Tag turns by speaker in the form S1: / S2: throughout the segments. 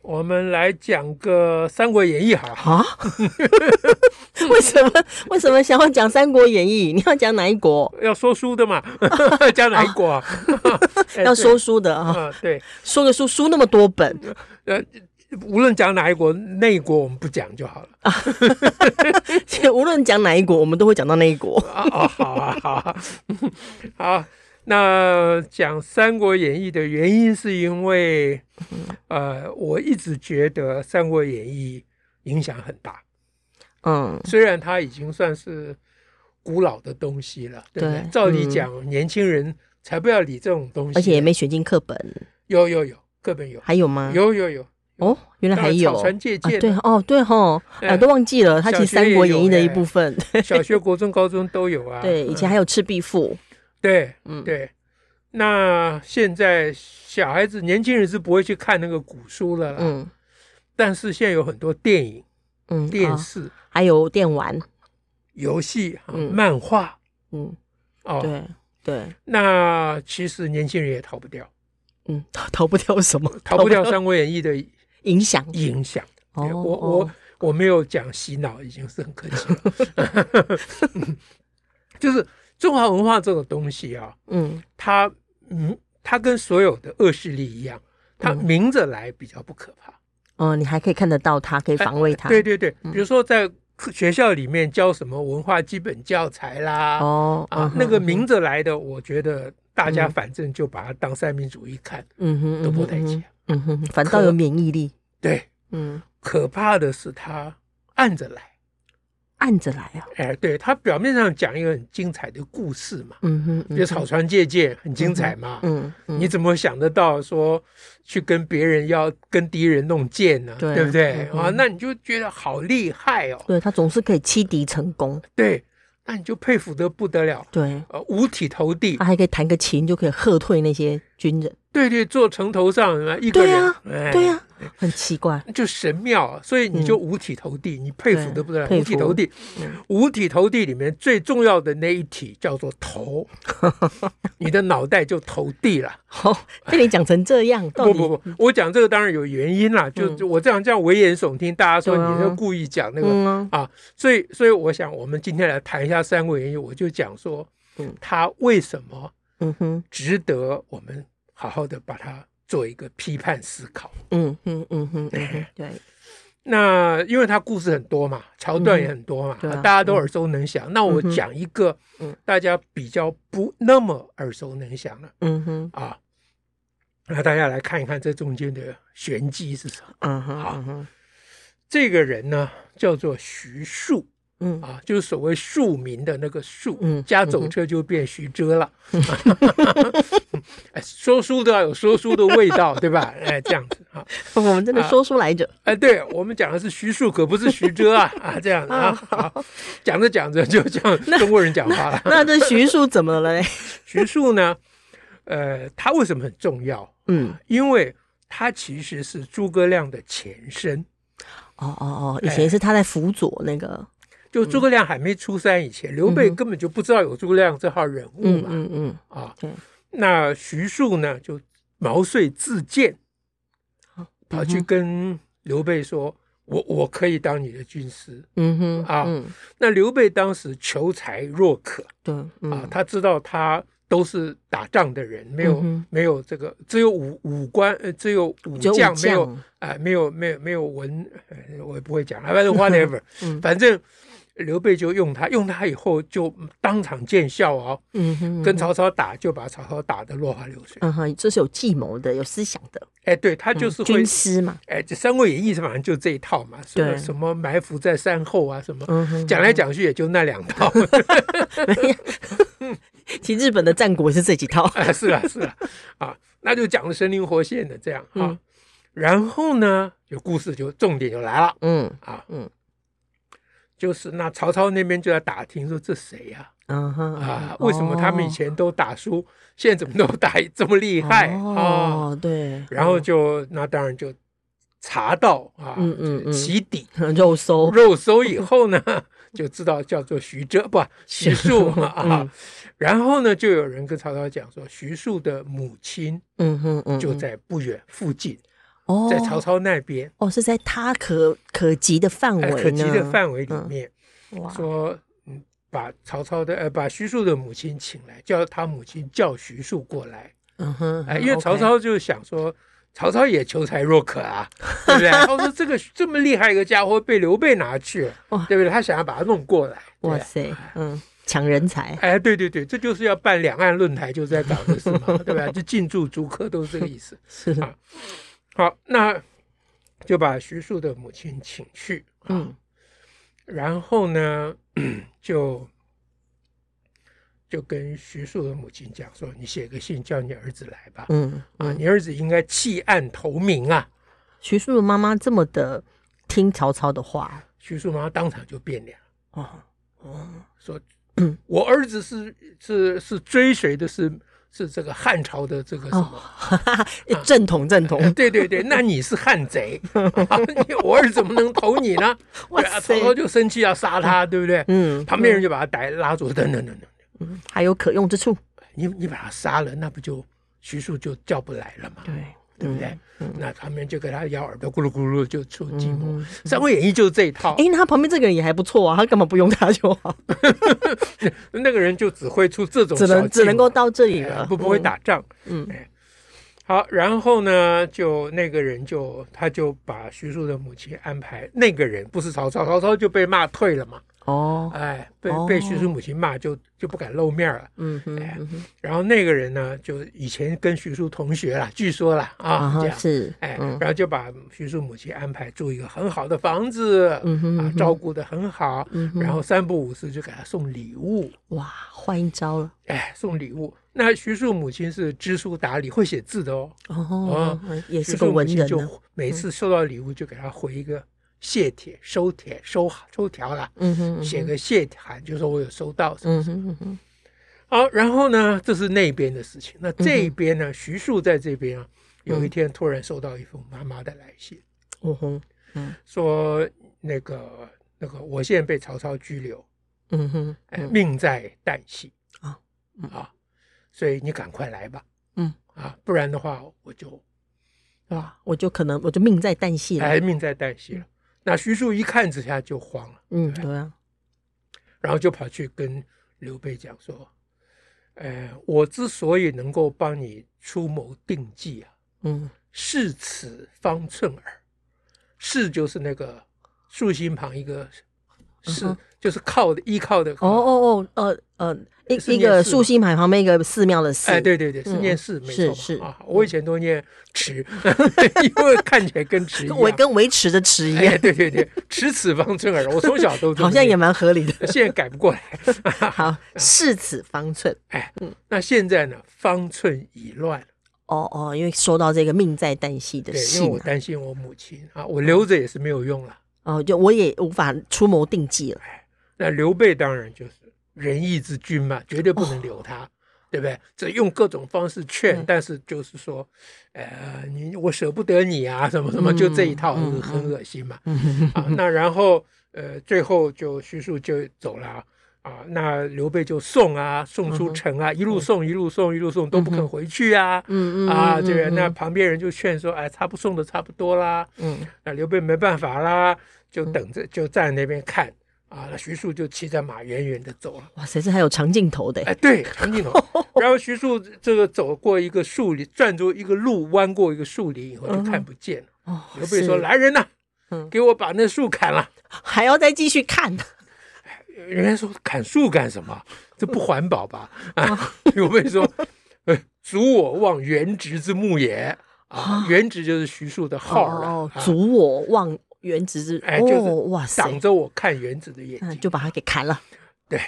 S1: 我们来讲个《三国演义》哈。
S2: 啊？ 为什么为什么想要讲《三国演义》？你要讲哪一国？
S1: 要说书的嘛， 讲哪一国啊？ 哎
S2: 哦要说书的啊，
S1: 啊，对，
S2: 说个书书那么多本，
S1: 呃，无论讲哪一国，那一国我们不讲就好了。
S2: 其实无论讲哪一国，我们都会讲到那一国。
S1: 啊啊，好啊，好啊，好。那讲《三国演义》的原因是因为，呃，我一直觉得《三国演义》影响很大，
S2: 嗯，
S1: 虽然它已经算是古老的东西了，对不对？
S2: 对
S1: 照理
S2: 嗯
S1: 讲，年轻人才不要理这种东西，
S2: 而且也没选进课本，
S1: 有有有课本有
S2: 还有吗？
S1: 有有有，
S2: 哦，原来还
S1: 当然
S2: 有
S1: 草船借
S2: 啊
S1: 箭，
S2: 对哦，对吼，
S1: 哎
S2: 啊，都忘记了，它其实《
S1: 小学也
S2: 三国演义》的
S1: 有
S2: 一
S1: 哎
S2: 部分。
S1: 小学、国中、高中都有啊。
S2: 对，以前
S1: 嗯
S2: 还有《赤壁赋》。
S1: 对
S2: 嗯，
S1: 对，那现在小孩子、年轻人是不会去看那个古书了啦。
S2: 嗯
S1: 但是现在有很多电影、
S2: 嗯，
S1: 电
S2: 啊
S1: 视、
S2: 还有电玩。
S1: 游戏、啊
S2: 嗯
S1: 漫画
S2: 嗯，
S1: 哦。
S2: 对对，
S1: 那其实年轻人也逃不掉，
S2: 嗯，逃逃不掉什么？
S1: 逃不掉《三国演义》的
S2: 影响。
S1: 影响。
S2: 哦
S1: 对我
S2: 哦
S1: 我我没有讲洗脑，已经是很客气了。 就是中华文化这种东西啊，
S2: 嗯
S1: 它嗯，它跟所有的恶势力一样，它
S2: 嗯
S1: 明着来比较不可怕。
S2: 哦，你还可以看得到它，可以防卫嗯它。
S1: 哎对对对，比如说在课学校里面教什么文化基本教材啦，
S2: 哦
S1: 啊，那个，明着来的，我觉得大家反正就把它当三民主义看，
S2: 嗯哼嗯哼，
S1: 都不太
S2: 嗯
S1: 讲
S2: 哼。嗯哼，反倒有免疫力。
S1: 对，
S2: 嗯，
S1: 可怕的是它暗着来，
S2: 按着来啊。
S1: 哎，对，它表面上讲一个很精彩的故事嘛，
S2: 嗯哼，
S1: 比如草船借箭很精彩嘛，
S2: 嗯嗯，
S1: 你怎么想得到说去跟别人要跟敌人弄剑呢？
S2: 对
S1: 对不对
S2: 嗯
S1: 啊？那你就觉得好厉害哦，
S2: 对他总是可以欺敌成功。
S1: 对，那你就佩服得不得了。
S2: 对，
S1: 呃，五体投地
S2: 他，还可以弹个琴就可以喝退那些军人。
S1: 对对，坐城头上呃一个
S2: 对
S1: 人，
S2: 啊
S1: 哎
S2: 对呀，很奇怪。
S1: 就神妙啊，所以你就五体投地，你佩服
S2: 嗯对
S1: 的不得了。
S2: 佩服嗯
S1: 五体投地，五体投地里面最重要的那一体叫做 头，你的脑袋就投地了。
S2: 哦，被你讲成这样，到
S1: 不
S2: 底
S1: 不不，我讲这个当然有原因啦，就
S2: 嗯
S1: 就我这样这样危言耸听，大家说
S2: 对啊
S1: 你是故意讲那个。
S2: 嗯啊
S1: 啊，所以，所以我想，我们今天来谈一下《三国演义》，我就讲说
S2: 嗯，
S1: 它为什么
S2: 嗯哼，
S1: 值得我们好好的把它做一个批判思考。
S2: 嗯哼嗯哼嗯哼，对，
S1: 那因为它故事很多嘛，桥段也很多嘛，
S2: 对啊
S1: 大家都耳熟能详。那我讲一个
S2: 嗯哼
S1: 大家比较不那么耳熟能详的
S2: 嗯哼
S1: 啊，那大家来看一看这中间的玄机是什么。
S2: 嗯哼嗯哼
S1: 这个人呢叫做徐庶
S2: 嗯
S1: 啊，就是所谓庶民的那个庶，
S2: 嗯
S1: 加走车就变徐遮 了。哎说书都要有说书的味道，对吧？哎，这样子啊。
S2: 我们真的说出来 着，
S1: 哎，对我们讲的是徐庶，可不是徐遮啊啊，这样
S2: 哦
S1: 啊，好，讲着讲着就像中国人讲话了。
S2: 那这徐庶怎么了嘞？
S1: 徐庶呢，呃，他为什么很重要？
S2: 嗯，
S1: 因为他其实是诸葛亮的前身，
S2: 哦哦哦，
S1: 哎
S2: 以前是他在辅佐那个，
S1: 就诸葛亮还没出山以前，刘备
S2: 嗯哼
S1: 根本就不知道有诸葛亮这号人物
S2: 嗯
S1: 嘛，
S2: 嗯嗯，
S1: 啊
S2: 对，
S1: 那徐庶呢就毛遂自荐，
S2: 哦
S1: 跑
S2: 嗯
S1: 去跟刘备说：“我我可以当你的军师。”
S2: 嗯哼
S1: 啊
S2: 嗯
S1: 那刘备当时求才若渴
S2: 对，
S1: 啊
S2: 嗯，
S1: 他知道他都是打仗的人，没有、
S2: 嗯哼
S1: 没有这个，只有武武官，呃，只有武
S2: 只有武
S1: 将，没有
S2: 将
S1: 啊、没有没有没有文，呃我也不会讲，反 正 whatever，、
S2: 嗯
S1: 反正刘备就用他，用他以后就当场见效哦，
S2: 嗯哼，
S1: 跟曹操打就把曹操打得落花流水。
S2: 嗯哼，这是有计谋的，有思想的，
S1: 哎、对他就是
S2: 嗯
S1: 会
S2: 军，师嘛，
S1: 哎、这《三国演义》反正就这一套嘛，什么
S2: 对
S1: 什么埋伏在山后啊，什么。
S2: 嗯哼，
S1: 讲来讲去也就那两套，
S2: 其实日本的 战国是这几套，嗯
S1: 啊，是啦是啦，啊，那就讲的神灵活现的这样啊。然后呢，就故事就重点就来了
S2: 嗯
S1: 啊，
S2: 嗯，
S1: 就是那曹操那边就要打听说这谁呀、
S2: 嗯哼
S1: 啊？为什么他们以前都打输，现在怎么都打这么厉
S2: 厉
S1: 害啊？
S2: 哦，对，
S1: 然后就那当然就查到啊，
S2: 嗯嗯嗯
S1: 起底
S2: 嗯肉搜，
S1: 肉搜以后 呢，就知道叫做徐哲不徐庶嘛啊
S2: 嗯。
S1: 然后呢，就有人跟曹操讲说，徐庶的母亲
S2: 嗯哼嗯，
S1: 就
S2: 嗯
S1: 在不远附近，
S2: 哦，
S1: 在曹操那边
S2: 哦，是在他可可及的范围
S1: 呃
S2: 呢，嗯
S1: 可及的范围里面，
S2: 哇，
S1: 说嗯，把曹操的呃把徐庶的母亲请来，叫他母亲叫徐庶过来。
S2: 嗯哼，
S1: 哎，
S2: 嗯
S1: 因为曹，操就想说，曹操也求才若渴啊，对不对？他说这个这么厉害一个家伙被刘备拿去了
S2: 哇，
S1: 对不对？他想要把他弄过来，
S2: OK 哇
S1: 对啊
S2: 塞，嗯，抢人才，
S1: 哎，对对对，这就是要办两岸论坛，就是在搞这事嘛，对吧？就进驻逐客都是这个意思。
S2: 是，
S1: 啊好，那就把徐庶的母亲请去，
S2: 嗯
S1: 然后呢，就就跟徐庶的母亲讲说，你写个信叫你儿子来吧，
S2: 嗯
S1: 啊，
S2: 嗯，
S1: 你儿子应该弃暗投明啊。
S2: 徐庶的妈妈这么的听曹操的话，
S1: 徐庶妈当场就变脸了，
S2: 哦，哦，
S1: 说
S2: 嗯：“
S1: 我儿子是是是追随的是是这个汉朝的这个什
S2: 哦
S1: 么？
S2: 哈哈，正统正 统
S1: 哎，对对对，那你是 汉贼，啊你我儿子怎么能投你呢？”
S2: 哇
S1: 对啊，曹
S2: 塞
S1: 操就生气要杀他，对不对？
S2: 嗯，
S1: 旁边人就把他逮拉住，等等等等，
S2: 嗯还有可用之处，
S1: 你你把他杀了，那不就徐庶就叫不来了嘛，
S2: 对
S1: 对不？对？那他们就给他咬耳朵，咕噜咕噜就出寂
S2: 嗯
S1: 寞。
S2: 嗯
S1: 《三国演义》就是这一套，
S2: 哎，那他旁边这个人也还不错啊，他干嘛不用他就 好？
S1: 那个人就只会出这种
S2: 只
S1: 小
S2: 能只
S1: 计
S2: 能够
S1: 谋
S2: 到这里
S1: 哎
S2: 了，
S1: 不不会
S2: 嗯，
S1: 打仗。
S2: 嗯
S1: 哎，好，然后呢，就那个人就他就把徐庶的母亲安排那个人不是曹操，曹操就被骂退了嘛，
S2: 哦，
S1: 哎，被
S2: 哦
S1: 被徐庶母亲骂就就不敢露面了。
S2: 嗯哼，
S1: 哎
S2: 嗯哼
S1: 然后那个人呢，就以前跟徐庶同学啦，据说啦
S2: 啊
S1: 啊，这
S2: 哈，
S1: 样。
S2: 是，
S1: 哎，
S2: 嗯
S1: 然后就把徐庶母亲安排住一个很好的房子，
S2: 嗯哼
S1: 啊
S2: 嗯，哼
S1: 照顾的很好，
S2: 嗯哼
S1: 然后三不五时就给他送礼物，
S2: 哇，换一招了，
S1: 哎，送礼物。那徐庶母亲是知书达理，会写字的哦，
S2: 哦，嗯也是
S1: 徐庶
S2: 个
S1: 母
S2: 文
S1: 亲
S2: 人呢，嗯
S1: 就每次收到礼物就给他回一个谢帖、收帖、收收条啦，
S2: 嗯哼，嗯
S1: 写
S2: 哼
S1: 个谢函，就说我有收到什么。
S2: 嗯哼嗯哼，
S1: 好，然后呢，这是那边的事情。
S2: 嗯
S1: 那这一边呢，徐庶在这边啊，有一天突然收到一封妈妈的来信，
S2: 嗯哼，
S1: 说那个那个，我现在被曹操拘留，
S2: 嗯哼，
S1: 哎，
S2: 嗯
S1: 命在旦夕
S2: 啊嗯
S1: 啊，所以你赶快来吧，
S2: 嗯
S1: 啊，不然的话我就
S2: 哇，我就可能我就命在旦夕了，
S1: 哎命在旦夕了。那徐庶一看之下就慌了，
S2: 嗯，对啊，
S1: 然后就跑去跟刘备讲说：“呃，我之所以能够帮你出谋定计啊，
S2: 嗯，
S1: 是此方寸耳。是就是那个竖心旁一个是，就是靠的依靠的
S2: 嗯哦哦哦，呃呃，
S1: 是
S2: 一一
S1: 念
S2: 个
S1: 寺
S2: 竖
S1: 吗
S2: 心牌旁边一个寺庙的寺，
S1: 哎，，对对对，是
S2: 嗯
S1: 念是没
S2: 是
S1: 错
S2: 是
S1: 嘛啊！我以前都念池， 因为看起来跟池一样。
S2: 我跟维持的持一
S1: 哎，
S2: 样，
S1: 对对对，持此方寸耳，我从小都这 么
S2: 好像也
S1: 念
S2: 蛮合理 的。
S1: 现在改不过来。
S2: 好，视此方寸。
S1: 哎，那现在呢？方寸已乱，
S2: 哦哦，因为收到这个命在旦夕的
S1: 对，因为
S2: 信
S1: 我
S2: 啊，
S1: 担心我母亲啊，我留着也是没有用了。
S2: 哦，就我也无法出谋定计 了。
S1: 那刘备当然就是仁义之君嘛，绝对不能留他，对不对？只用各种方式劝，
S2: 哦嗯
S1: 但是就是说，呃，你我舍不得你啊，什么什么，就这一套，
S2: 嗯嗯
S1: 很很恶心嘛。
S2: 嗯
S1: 啊，那然后呃，最后就徐庶就走了啊啊，那刘备就送啊，送出城啊，一路送一路送一路送，都不肯回去啊。
S2: 嗯
S1: 啊，这个
S2: 嗯
S1: 那旁边人就劝说，哎，差不送的差不多啦，
S2: 嗯
S1: 那刘备没办法啦，就等着就站在那边看啊。那徐庶就骑着马远远的走了，
S2: 哇塞，这还有长镜头的
S1: 哎，对，长镜头。然后徐庶这个走过一个树林，转出一个路，弯过一个树林以后就看不见了。
S2: 哦。
S1: 刘备说：“
S2: 是
S1: 来人呐、
S2: 嗯
S1: 给我把那树砍了。”
S2: 还要再继续看，
S1: 人家说砍树干什么？这不环保吧？啊，
S2: 嗯
S1: 刘备说，呃，阻我望原直之木也啊，原直就是徐庶的号了，
S2: 哦
S1: 啊，
S2: 阻我望原直之，
S1: 哎，就是
S2: 哦，哇塞嗯
S1: 挡，着我看原子的眼
S2: 那
S1: 睛。
S2: 就把他给砍了。
S1: 对，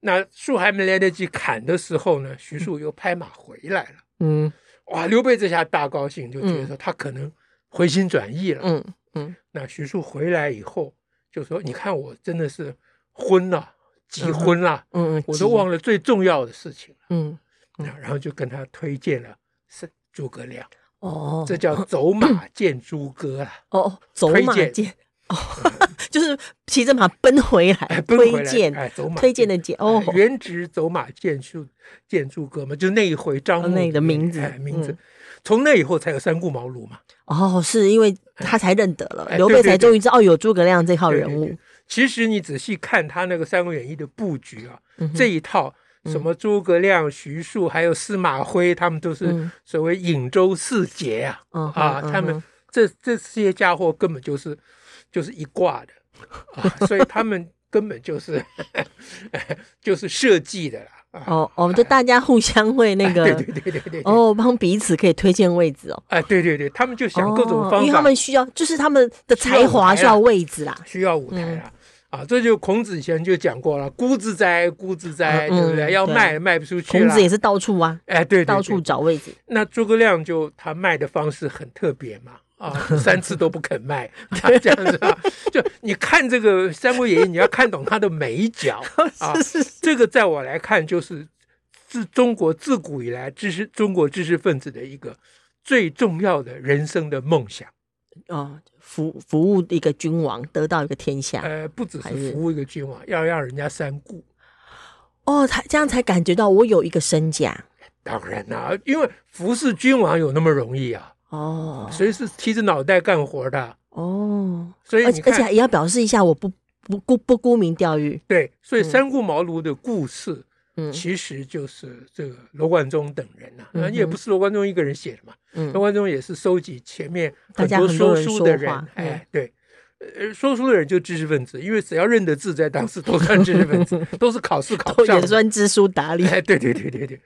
S1: 那树还没来得及砍的时候呢，徐庶又拍马回来了。
S2: 嗯
S1: 哇，刘备这下大高兴，就觉得说他可能回心转意了。
S2: 嗯嗯，
S1: 那徐庶回来以后就说：“你看我真的是昏了，急昏了，
S2: 嗯嗯，
S1: 我都忘
S2: 了，
S1: 了最重要的事情了。
S2: 嗯嗯
S1: 那然后就跟他推荐了是诸葛亮，
S2: 哦，
S1: 这叫走马见诸葛啊。
S2: 哦，走
S1: 推
S2: 马
S1: 荐
S2: 见哦， 就是骑着马奔回
S1: 哎，
S2: 来，
S1: 奔回来
S2: 推荐
S1: 哎，走马
S2: 推荐的荐哦
S1: 哎，原职走马见树见诸葛嘛，就那一回张
S2: 哦
S1: 牧
S2: 那个
S1: 里面
S2: 名字
S1: 哎，名字
S2: 嗯，
S1: 从那以后才有三顾茅庐嘛。
S2: 哦，是因为他才认得了，
S1: 哎
S2: 刘
S1: 对
S2: 备
S1: 对
S2: 才
S1: 对
S2: 终于知道哦有诸葛亮这号
S1: 对
S2: 人
S1: 对
S2: 物
S1: 对，其实你仔细看他那个《三国演义》的布局啊，
S2: 嗯哼嗯
S1: 这一套什么诸葛亮、徐庶，还有司马徽，他们都是
S2: 嗯
S1: 所谓颍州四杰啊
S2: 嗯哼
S1: 啊，
S2: 嗯
S1: 他们
S2: 哼
S1: 这这些家伙根本就是就是一挂的啊，所以他们根本就是 就是设计的啦啊。
S2: 哦哦，就大家互相会那
S1: 哎
S2: 个
S1: 对对对对对对，
S2: 哦，帮彼此可以推荐位置哦。
S1: 哎，对对对，他们就想各种
S2: 哦
S1: 方法，
S2: 因为他们需要，就是他们的
S1: 需要
S2: 才
S1: 舞
S2: 华
S1: 台啊
S2: 需要
S1: 啦
S2: 位置 啦。
S1: 需要舞
S2: 嗯
S1: 台啊。啊，这就孔子以前就讲过了，孤自哉，孤自哉，
S2: 嗯
S1: 对不对？要
S2: 对
S1: 卖卖不出去
S2: 孔
S1: 了
S2: 子。也是到处啊，
S1: 哎，对，对
S2: 到处
S1: 对
S2: 找位 置。。
S1: 那诸葛亮就他卖的方式很特别嘛，啊，三次都不肯卖， 他这样子啊，就你看这个《三国演义》，你要看懂他的美角 啊
S2: 哦是是，
S1: 这个在我来看，就是自中国自古以来知识中国知识分子的一个最重要的人生的梦想。
S2: 哦，服服务一个君王，得到一个天下。
S1: 呃，不只
S2: 还是
S1: 是服务一个君王，要让人家三顾。
S2: 哦，才这样才感觉到我有一个身价。
S1: 当然啦、因为服侍君王有那么容易啊？
S2: 哦
S1: 谁是提着脑袋干活的？
S2: 哦，
S1: 所以
S2: 而
S1: 你
S2: 且而且
S1: 看，
S2: 也要表示一下，我不不孤不沽名钓誉。
S1: 对，所以
S2: 嗯
S1: 三顾茅庐的故事
S2: 嗯
S1: 其实就是这个罗贯中等人呐、啊，
S2: 嗯哼
S1: 也不是罗贯中一个人写的嘛，罗
S2: 嗯
S1: 贯中也是收集前面
S2: 大
S1: 很
S2: 家
S1: 多
S2: 很多
S1: 说
S2: 人
S1: 书的
S2: 说
S1: 人
S2: 话，
S1: 哎，对。呃，说书的人就知识分子，因为只要认得字，在当时都算知识分子， 都是考试考
S2: 都
S1: 上
S2: 也
S1: 的。
S2: 算知书达理。
S1: 哎，对对对对对，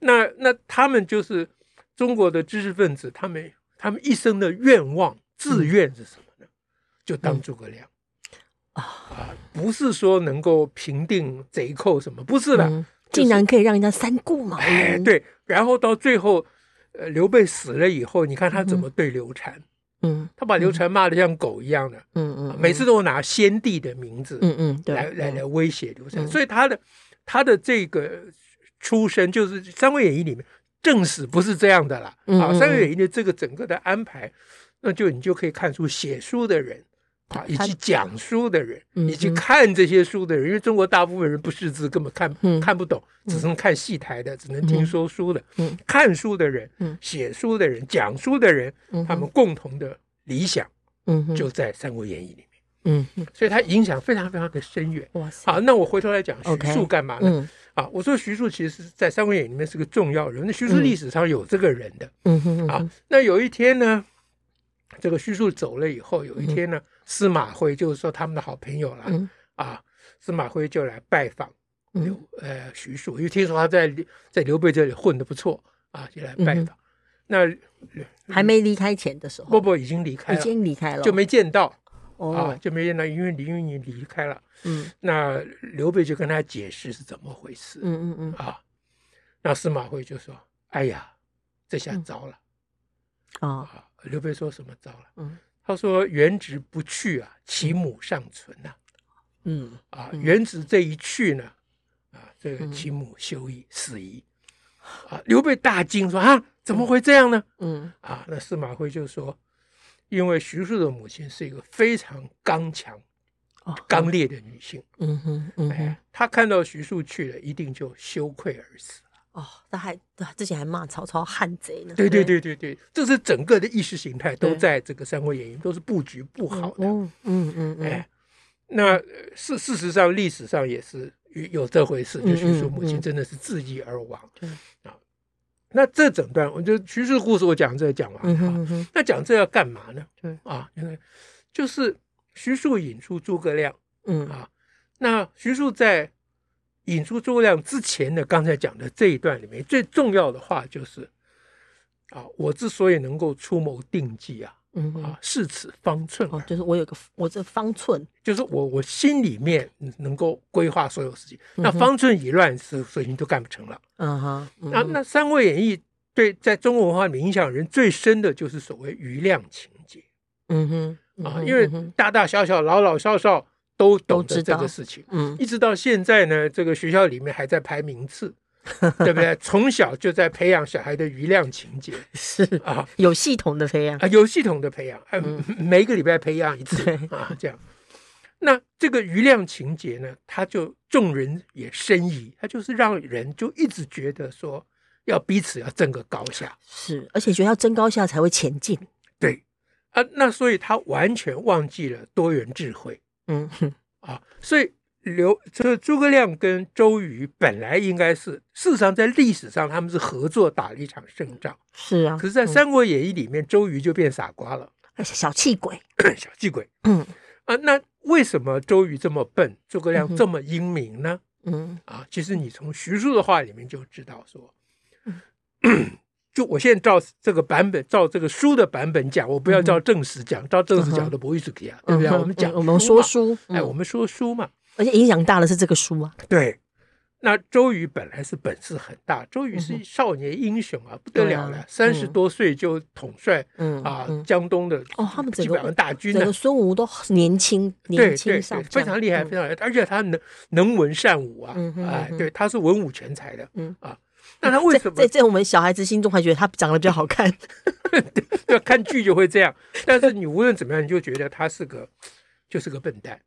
S1: 那那他们就是中国的知识分子，他们他们一生的愿望志愿是什么呢？就当诸葛亮
S2: 嗯
S1: 啊，不是说能够平定贼寇什么，不是的，
S2: 嗯
S1: 就
S2: 竟
S1: 是
S2: 然可以让人家三顾茅
S1: 哎，
S2: 庐。，
S1: 对，然后到最后，呃，刘备死了以后，你看他怎么对刘禅，
S2: 嗯
S1: 他把刘禅骂得像狗一样的，
S2: 嗯嗯，
S1: 每次都拿先帝的名字，
S2: 嗯嗯对
S1: 来来
S2: 嗯
S1: 来威胁刘禅，
S2: 嗯
S1: 所以他的他的这个出身就是《三国演义》里面正史不是这样的啦，
S2: 嗯
S1: 啊，
S2: 嗯
S1: 《三国
S2: 嗯
S1: 演义》的这个整个的安排，那就你就可以看出写书的人啊，以
S2: 他
S1: 及讲书的人，
S2: 嗯
S1: 以及
S2: 嗯
S1: 看这些书的人，因为中国大部分人不识字，根本看
S2: 嗯
S1: 看不懂，只能看戏台的，只能听
S2: 嗯
S1: 说书的
S2: 嗯，
S1: 看书的人
S2: 嗯、
S1: 写书的人、讲书的人，
S2: 嗯
S1: 他们共同的理想
S2: 嗯哼
S1: 就在《三国演义》里面，
S2: 嗯
S1: 所以它影响非常非常的深远。
S2: 哇塞
S1: 好，那我回头来讲徐
S2: OK，
S1: 庶干嘛呢？
S2: 嗯
S1: 啊，我说徐庶其实在《三国演义》里面是个重要人物，那徐庶
S2: 嗯
S1: 历史上有这个人的、
S2: 嗯哼
S1: 啊。那有一天呢，这个徐庶走了以后，有一天呢，司马徽就是说他们的好朋友了、
S2: 嗯
S1: 啊，司马徽就来拜访刘
S2: 嗯
S1: 呃徐庶，因为听说他在刘在刘备这里混得不错啊，就来拜
S2: 嗯哼
S1: 访。那
S2: 还没离开前的时
S1: 波
S2: 候，
S1: 波已经离开
S2: 已
S1: 了，
S2: 经离开了，
S1: 就没见到、啊
S2: 哦，
S1: 就没见到，因为因为你离开了。
S2: 嗯
S1: 那刘备就跟他解释是怎么回事。
S2: 嗯嗯嗯，
S1: 啊，那司马徽就说：“哎呀，这下
S2: 嗯
S1: 糟了、
S2: 哦
S1: 啊！”刘备说什么糟了？
S2: 嗯
S1: 他说：“原职不去啊，其母尚存呐、
S2: 嗯
S1: 啊！
S2: 嗯
S1: 原职这一去呢，啊，这个
S2: 嗯
S1: 其母休矣，死矣。”啊，刘备大惊说：“啊，怎么会这样呢
S2: 嗯？”
S1: 啊，那司马徽就说：“因为徐庶的母亲是一个非常刚强、
S2: 哦
S1: 刚烈的女性，
S2: 嗯哼嗯哼
S1: 哎，她看到徐庶去了，一定就羞愧而死。”
S2: 哦，他还他之前还骂曹操汉贼呢，
S1: 对对
S2: 不，
S1: 对对对，这是整个的意识形态都
S2: 对
S1: 在这个《三国演义》都是布局不好的。
S2: 嗯嗯嗯嗯
S1: 哎，那呃事事实上历史上也是有有这回事，就
S2: 嗯
S1: 徐庶母
S2: 嗯
S1: 亲
S2: 嗯
S1: 真的是自缢而亡。
S2: 对
S1: 啊，那这整段，我觉得徐庶故事我讲这个讲完
S2: 嗯
S1: 了
S2: 哼
S1: 啊。
S2: 嗯哼，
S1: 那讲这要干嘛呢？
S2: 对
S1: 啊，因为就是徐庶引出诸葛亮
S2: 嗯
S1: 啊。那徐庶在引出诸葛亮之前的刚才讲的这一段里面，最重要的话就是啊，我之所以能够出谋定计啊，
S2: 嗯哼
S1: 啊，是此方寸耳
S2: 哦，就是我有个我这方寸，
S1: 就是我我心里面能够规划所有事情。那方寸已乱，是所以你都干不成了。
S2: 嗯哈，
S1: 那那《三国演义》对在中国文化里面影响人最深的就是所谓余量情节。
S2: 嗯哼，嗯
S1: 啊，
S2: 哼
S1: 因为
S2: 嗯
S1: 大大小小、老老少少都懂
S2: 都
S1: 得
S2: 知
S1: 这
S2: 道
S1: 个事情。
S2: 哼
S1: 一直到现在呢，这个学校里面还在排名次，对不对？从小就在培养小孩的余量情节
S2: 嗯是
S1: 啊
S2: 有系统的培养，
S1: 啊，有系统的培养，啊，每个礼拜培养一次
S2: 对
S1: 啊，这样。那这个余量情节呢，他就众人也深疑，他就是让人就一直觉得说要彼此要争个高下，
S2: 是，而且学校争高下才会前进。
S1: 对啊，那所以他完全忘记了多元智慧。
S2: 嗯哼，
S1: 啊，所以刘这个诸葛亮跟周瑜本来应该是，事实上在历史上他们是合作打了一场胜仗，
S2: 是啊，
S1: 可是，在《三国演义》里面，周瑜就变傻瓜了，
S2: 嗯小气鬼，
S1: 小气鬼
S2: 嗯
S1: 啊。那为什么周瑜这么笨，诸
S2: 嗯
S1: 葛亮
S2: 哼
S1: 这么英明呢？
S2: 嗯
S1: 啊，其实你从徐庶的话里面就知道说，
S2: 嗯
S1: 就我现在照这个版本，照这个书的版本讲，我
S2: 嗯
S1: 不要照正史讲，照正史讲都不会是这样，对不对？
S2: 嗯
S1: 啊
S2: 哼
S1: 我们讲
S2: 嗯我们
S1: 书
S2: 说，
S1: 嘛
S2: 书，
S1: 哎，
S2: 嗯
S1: 我们说书嘛，
S2: 而且影响大的是这个书啊，
S1: 对，那周瑜本来是本事很大，周瑜
S2: 嗯
S1: 是少年英雄啊，不得了
S2: 对
S1: 了
S2: 啊，
S1: 三十
S2: 嗯
S1: 多岁就统帅
S2: 嗯
S1: 啊
S2: 嗯
S1: 江东的
S2: 哦他们整
S1: 几
S2: 个
S1: 百万大军
S2: 整
S1: 呢
S2: 个，孙吴都年轻年
S1: 对
S2: 轻
S1: 对
S2: 上
S1: 对，
S2: 将
S1: 非常厉害，
S2: 嗯
S1: 非常厉害，而且他能能文善武啊
S2: 嗯哼，
S1: 哎
S2: 嗯哼，
S1: 对，他是文武全才的
S2: 嗯
S1: 啊。那他为
S2: 在
S1: 什么
S2: 在在我们小孩子心中还觉得他长得比较好看？
S1: 要看剧就会这样？但是你无论怎么样，你就觉得他是个就是个笨蛋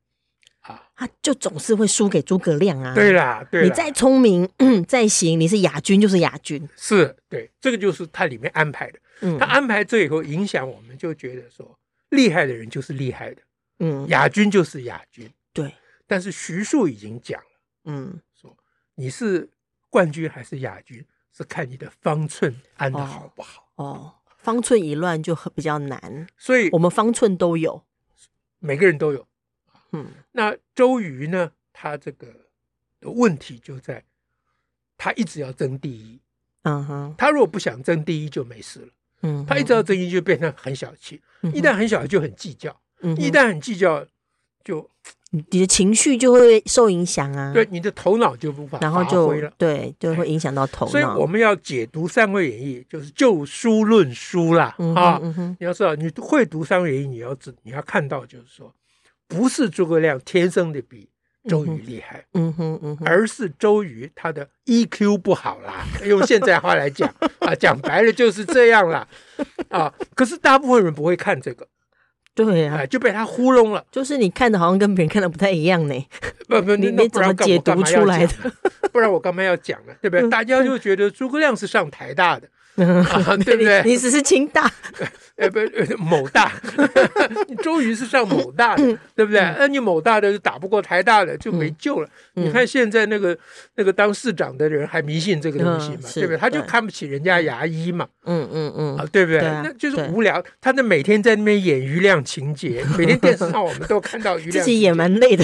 S1: 啊。
S2: 他就总是会输给诸葛亮啊。
S1: 对啦，对
S2: 你
S1: 啦，
S2: 再聪明嗯再行，你是亚军就是亚军。
S1: 是对，这个就是他里面安排的。
S2: 嗯
S1: 他安排这以后，影响我们就觉得说，厉害的人就是厉害的，
S2: 嗯，
S1: 亚军就是亚军。
S2: 对，
S1: 但是徐庶已经讲了，
S2: 嗯
S1: 说你是冠军还是亚军，是看你的方寸安的
S2: 哦
S1: 好不好。
S2: 哦，方寸一乱就很比较难。
S1: 所以
S2: 我们方寸都有。
S1: 每个人都有。
S2: 嗯
S1: 那周瑜呢，他这个的问题就在他一直要争第一，
S2: 嗯哼，
S1: 他如果不想争第一就没事了，
S2: 嗯，
S1: 他一直要争第一就变得很小气，一旦很小气就很计较，一
S2: 一
S1: 旦很计较就
S2: 嗯你的情绪就会受影响啊。
S1: 对，你的头脑就无法
S2: 然后
S1: 发
S2: 就
S1: 挥了。哎
S2: 对，就会影响到头脑。
S1: 所以我们要解读《三国演义》，就是就书论书啦、
S2: 嗯
S1: 啊
S2: 哼！嗯哼，
S1: 你要知道，你会读《三国演义》，你要知你要看到，就是说，不是诸葛亮天生的比周瑜厉害，
S2: 嗯哼，嗯哼，
S1: 而是周瑜他的 EQ 不好啦。用现在话来讲啊，讲白了就是这样啦啊！可是大部分人不会看这个，
S2: 对呀、
S1: 哎，就被他糊弄了。
S2: 就是你看的好像跟别人看的不太一样呢。
S1: 不不，
S2: 你
S1: 那
S2: 你
S1: 不
S2: 怎么
S1: 然干
S2: 解
S1: 我干
S2: 读
S1: 嘛
S2: 出
S1: 要
S2: 来
S1: 讲？
S2: 的？
S1: 不然我干嘛要讲呢？对不对？
S2: 嗯
S1: 大家就觉得诸葛亮是上台大的。啊
S2: 嗯
S1: 对 不对
S2: 你你只是清 大，
S1: 呃不呃某大， 你周瑜是上某大的，对不对？那你某大的就打不过台大的，就没救了。
S2: 嗯嗯
S1: 你看现在那个那个当市长的人还迷信这个东西嘛，
S2: 嗯是
S1: 对不对？他就
S2: 对
S1: 看不起人家牙医嘛，
S2: 嗯嗯
S1: 啊
S2: 嗯，，
S1: 对不对？
S2: 对啊
S1: 那就是
S2: 对
S1: 无聊，他那每天在那边演余亮情节，每天电视上我们都看到余
S2: 自
S1: 亮，
S2: 己也蛮累的，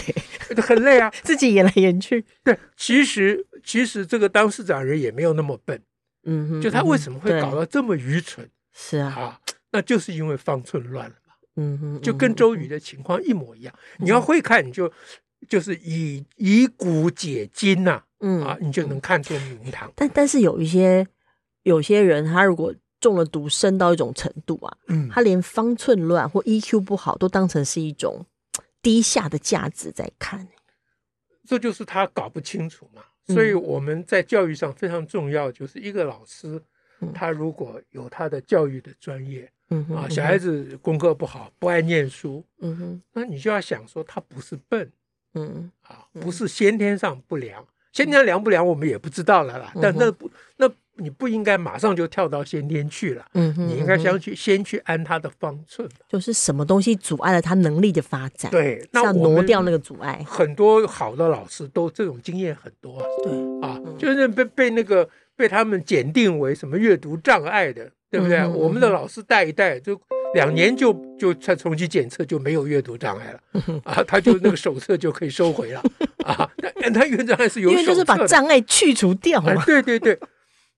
S1: 很累啊。
S2: 自己演来演去。
S1: 对，其实其实这个当市长人也没有那么笨，
S2: 嗯哼，
S1: 就他为什么会
S2: 嗯哼
S1: 搞
S2: 对
S1: 到这么愚蠢
S2: 是啊，
S1: 啊？那就是因为方寸乱了。
S2: 嗯哼，
S1: 就跟周瑜的情况一模一样。你要会看，你就就是以以古解今呐、
S2: 嗯
S1: 啊，
S2: 嗯，
S1: 你就能看出名堂。
S2: 但但是有一些有些人，他如果中了毒，深到一种程度啊，
S1: 嗯，
S2: 他连方寸乱或 EQ 不好都当成是一种嘖低下的价值在看。
S1: 这就是他搞不清楚嘛。
S2: 嗯
S1: 所以我们在教育上非常重要，就是一个老师
S2: 嗯，
S1: 他如果有他的教育的专业
S2: 嗯哼，
S1: 啊，
S2: 嗯
S1: 小
S2: 哼
S1: 孩子功课不好，不爱念书，
S2: 嗯哼，
S1: 那你就要想说他不是笨
S2: 嗯
S1: 啊，不是先天上不良，先天上良不良我们也不知道了啦。但
S2: 嗯哼
S1: 那不那你不应该马上就跳到先天去了。
S2: 嗯哼，
S1: 你应该
S2: 嗯哼
S1: 先去先去按他的方寸吧。
S2: 就是什么东西阻碍了他能力的发展，，
S1: 对，
S2: 是要
S1: 那我
S2: 挪
S1: 们
S2: 掉那个阻碍。
S1: 很多好的老师都这种经验很多啊，
S2: 对，
S1: 啊
S2: 嗯
S1: 就是被被那个被他们检定为什么阅读障碍的，对不对？
S2: 嗯哼
S1: 我们的老师带一带，就两年就就才重新检测就没有阅读障碍了、
S2: 嗯
S1: 啊，他就那个手册就可以收 回了啊。但他阅读障碍是有
S2: 因为
S1: 手册的，
S2: 就是把障碍去除掉
S1: 哎
S2: 嘛。
S1: 对对对。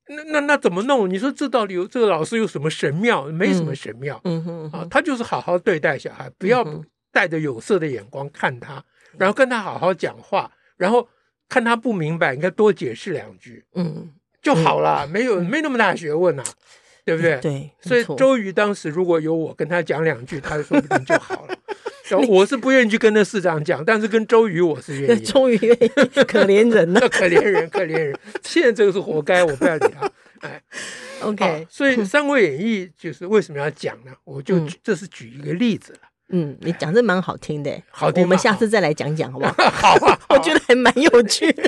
S1: 那那那怎么弄？你说这到底有这个老师有什么神妙？没什么神妙，
S2: 嗯哼，
S1: 啊，他就是好好对待小孩，不要
S2: 嗯哼
S1: 带着有色的眼光看他，然后跟他好好讲话，然后看他不明白，应该多解释两句
S2: 嗯，
S1: 就好了，没有没那么大学问呐、啊对不嗯对？
S2: 对，
S1: 所以
S2: 没错
S1: 周瑜当时如果有我跟他讲两句，他说不定就好 了。然后我是不愿意去跟那市长讲，但是跟周瑜我 是愿意的。
S2: 终于愿意， 可怜人了。
S1: 那可怜人，可怜人，现在这个是活该，我不要理 他。哎，
S2: OK，
S1: 好所以《三国演义》就是为什么要讲呢？我就
S2: 嗯
S1: 这是举一个例子了。
S2: 嗯，你讲这蛮好听的，
S1: 好听吗
S2: 我们下次再来讲讲，好不好？
S1: 好啊，
S2: 我觉得还蛮有趣的，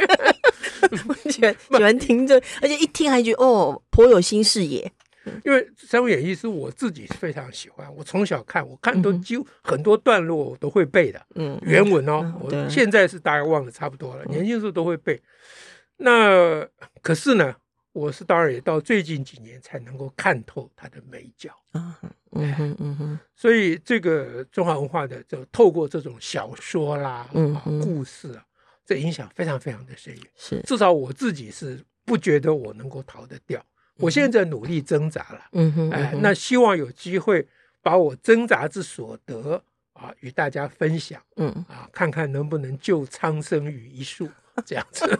S2: 我喜欢喜欢听这，而且一听还觉得哦，颇有新视野。
S1: 因为《三国演义》是我自己非常喜欢，我从小看，我看都
S2: 嗯哼
S1: 几乎很多段落我都会背的
S2: 嗯，
S1: 原文哦
S2: 嗯。对嗯
S1: 我现在是大概忘得差不多了，年轻时候都会背。那可是呢，我是当然也到最近几年才能够看透它的美角。
S2: 啊，嗯哼嗯哼，
S1: 所以这个中华文化的，就透过这种小说啦，
S2: 嗯
S1: 啊
S2: 嗯
S1: 故事啊，这影响非常非常的深远。
S2: 是，
S1: 至少我自己是不觉得我能够逃得掉，我现在在努力挣扎了，
S2: 嗯哼，嗯
S1: 哎
S2: 哼，
S1: 那希望有机会把我挣扎之所得啊与大家分享
S2: 嗯，
S1: 啊，看看能不能救苍生于一粟，这样 子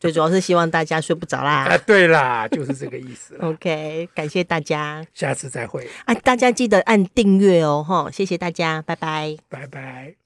S2: 最主要是希望大家睡不着
S1: 啊
S2: 啦。。
S1: 对啦，就是这个意思
S2: 哦
S1: 了，
S2: OK，感谢大家
S1: 下次再会，
S2: 啊！大家记得按订阅哦，哈，谢谢大家，拜拜。
S1: 拜拜。